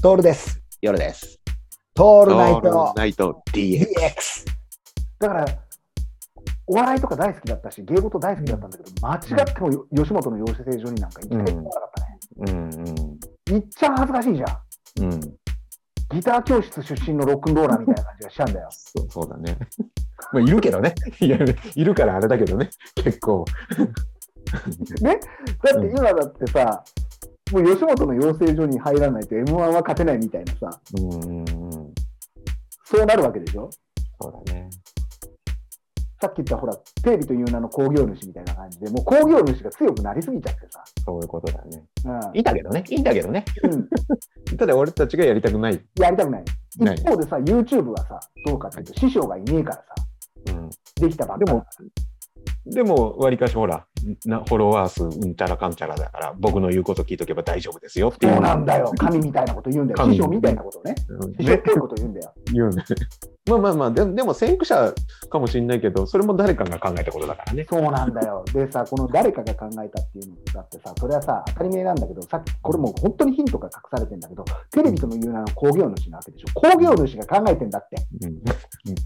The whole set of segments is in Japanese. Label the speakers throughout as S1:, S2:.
S1: トールです。
S2: 夜です。
S1: ト
S2: オ
S1: ールナイト
S2: ナイト DX。
S1: DX。だから、お笑いとか大好きだったし、芸事大好きだったんだけど、間違ってもよ吉本の養成所になんか行きたいってなかったね。
S2: うんうん
S1: いっちゃ恥ずかしいじゃん。
S2: うん。。
S1: ギター教室出身のロックンローラーみたいな感じがしちゃうんだよ
S2: そうそうだね。まあいるけどね。いやいるからあれだけどね。結構。
S1: ねだって今だってさ、もう吉本の養成所に入らないと M1 は勝てないみたいなさ、
S2: うんうんうん。
S1: そうなるわけでしょ
S2: そうだね。
S1: さっき言ったほら、テレビという名の工業主みたいな感じで、もう工業主が強くなりすぎちゃってさ。
S2: そういうことだね。
S1: うん
S2: いたけどね。いいんだけどね。
S1: うん、
S2: ただ俺たちがやりたくない。
S1: やりたくない。
S2: ない
S1: 一方でさ、YouTube はさ、どうかっていうと、師匠がいねえからさ、
S2: うん。
S1: できたばっか
S2: でもでも、わりかしほら、なフォロワー数うんたらかんたらだから、僕の言うこと聞いとけば大丈夫ですよっていう。
S1: そうなんだよ。神みたいなこと言うんだよ。
S2: 神
S1: 師匠みたいなことね。
S2: うん。
S1: 師匠っ
S2: ね、
S1: ぽいこと言うんだよ。
S2: 言うね。まあまあまあ、ででも先駆者かもしれないけど、それも誰かが考えたことだからね。
S1: そうなんだよ。でさ、この誰かが考えたっていうのだってさ、それはさ、当たり前なんだけど、さっき、これもう本当にヒントが隠されてんだけど、テレビとの言う名の工業主なわけでしょ。工業主が考えてんだって。
S2: うん、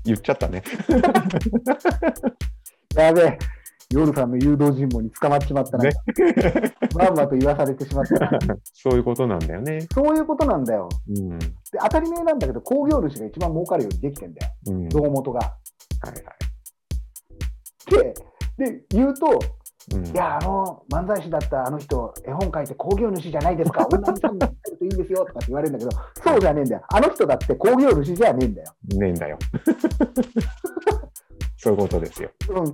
S2: 言っちゃったね。
S1: やべえ。夜さんの誘導尋問に捕まっちまったな、
S2: ね
S1: まんまと言わされてしまったな
S2: そういうことなんだよね。
S1: そういうことなんだよ
S2: うん。はい
S1: で当たり前なんだけど工業主が一番儲かるようにできてんだよ
S2: うん、
S1: 堂本が。
S2: はいはい。
S1: でで言うと、
S2: うん、
S1: いや、あの漫才師だったあの人、絵本書いて工業主じゃないですか、女の人になってるといいんですよとかって言われるんだけど、そうじゃねえんだよ、あの人だって工業主じゃねえんだよ、
S2: ねえんだよ。 そういうことですよ。
S1: うん、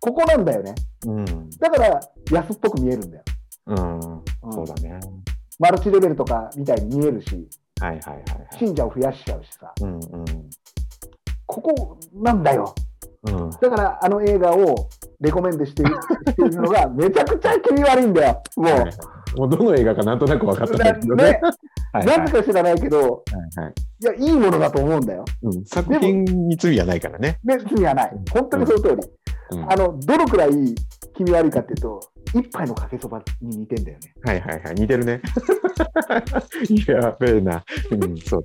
S1: ここなんだよね、
S2: うん。
S1: だから安っぽく見えるんだよ、
S2: うん。
S1: うん
S2: そうだね。
S1: マルチレベルとかみたいに見えるし、
S2: はいはいはいはい。
S1: 信者を増やしちゃうしさ、
S2: うんうん。
S1: ここなんだよ、
S2: うん、
S1: だからあの映画をレコメンドしてしているのが、めちゃくちゃ気味悪いんだよ、もう。
S2: もうどの映画かなんとなく分かったんだけどね。
S1: ね
S2: はいはい
S1: なぜか知らないけど、
S2: はいはい
S1: いや、いいものだと思うんだよ。
S2: うん、作品に罪はないからね。
S1: ね、罪はない。本当にその通り。
S2: うん、は
S1: あ
S2: い
S1: の、どのくらい気味悪いかっていうと、一杯のかけそばに似てんだよね。
S2: はいはい。似てる ね。やべえな。うん、そう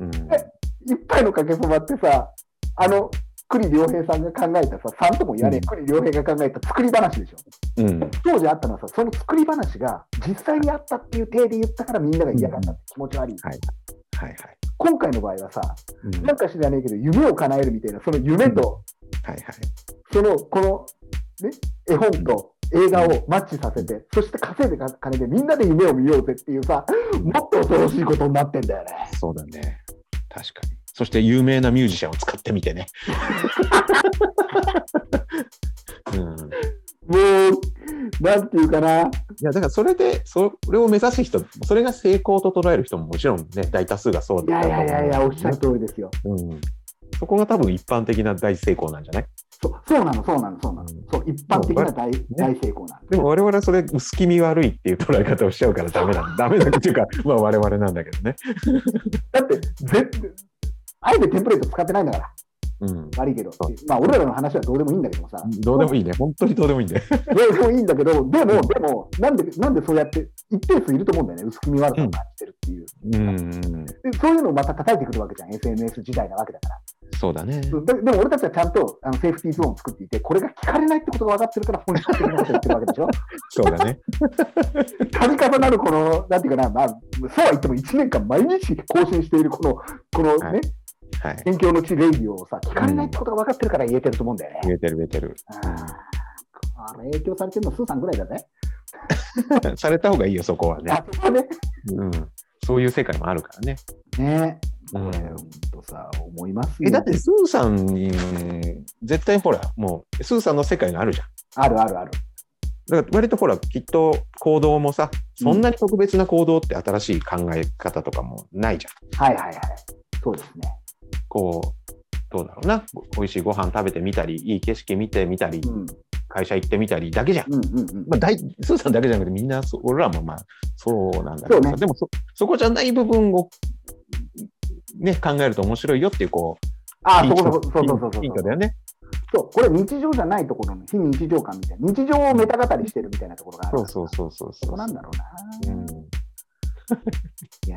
S2: だね。
S1: 一杯のかけそばってさ、あの、栗良平さんが考えたさ、さんとも言わねえ、
S2: うん
S1: 栗良平が考えた作り話でしょ。
S2: うん。うん。
S1: 当時あったのはさ、その作り話が実際にあったっていう体で言ったからみんなが嫌がったって気持ち悪い。
S2: はいはい。
S1: 今回の場合はさ、
S2: うん、は
S1: なんか知らねえけど、夢を叶えるみたいな、その夢と、
S2: いはい。
S1: そのこの、ね、絵本と映画をマッチさせて、そして稼いでか金でみんなで夢を見ようぜっていうさ、もっと恐ろしいことになってんだよね。
S2: そうだね。確かに。そして有名なミュージシャンを使ってみてね。うん、い
S1: もう、なんていうかな、
S2: やだからそれでそれを目指す人それが成功と捉える人ももちろんね大多数がそう
S1: い
S2: だ
S1: や
S2: と
S1: い
S2: 思
S1: や
S2: う
S1: いやいや、おっしゃる通りですよ。
S2: うん、そこが多分一般的な大成功なんじゃない
S1: そうそうなの、そうなの、そうなの。そう、一般的な大,、大成功なの。
S2: でも我々はそれ薄気味悪いっていう捉え方をしちゃうからダ メなんだダメだっていうかまあ我々なんだけどね、
S1: だって、ぜあえてテンプレート使ってないんだから、
S2: うん、
S1: 悪いけど
S2: そう。
S1: まあ、俺らの話はどうでもいいんだけどもさ、
S2: どうでもいいね本当にどうでもいいんだよ、
S1: どうでもいいんだけど、でも、でも、なんで、なんでそうやって、一定数いると思うんだよね、薄気味悪さを感じてるっていう。
S2: うんうん、
S1: でそういうのをまた叩いてくるわけじゃん、SNS 時代なわけだから。
S2: そうだね
S1: ででも俺たちはちゃんとあのセーフティーゾーンを作っていて、これが聞かれないってことが分かってるから、本質的なことを言ってるわけでし ょ。
S2: そうだね
S1: 度重なるこの、なんていうかな、まあ、そうは言っても1年間毎日更新しているこの、この
S2: は
S1: ね、
S2: はい
S1: 勉強の地レイディオをさ、聞かれないってことが分かってるから言えてると思うんだよね。
S2: 植えてる植えてる
S1: あーあれ影響されてるの、スーさんぐらいだね。
S2: された方がいいよ、そこはね。
S1: あそこね。
S2: うん、そういう世界もあるからね。
S1: ね
S2: う
S1: こ
S2: ん
S1: れ、ほんとさ、思いますよ。
S2: えだって、スーさんに、絶対ほら、もう、スーさんの世界があるじゃん。
S1: あるあるある。
S2: だから割とほら、きっと行動もさ、そんなに特別な行動って新しい考え方とかもないじゃん。
S1: はいはいはい。そうですね。
S2: こう、どうだろうな、美味しいご飯食べてみたり、いい景色見てみたり
S1: う、ん。
S2: 会社行ってみたりだけじゃん。
S1: うんうんうん。
S2: まあ、大スーさんだけじゃなくて、みんなそう、俺らもまあ、そうなんだけど
S1: そう
S2: さ、
S1: ね
S2: でもそ、そこじゃない部分を、ね、考えると面白いよっていう、こう、
S1: あ
S2: い
S1: ー、
S2: い
S1: そこそこ、そうそうそう
S2: ヒン
S1: そ
S2: ト
S1: う
S2: だ。よね。
S1: そう、これ日常じゃないところの非日常感みたいな、日常をメタ語りしてるみたいなところがある。
S2: そうそうそうそうそう。
S1: そこなんだろうな。
S2: うん。
S1: いや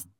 S1: ー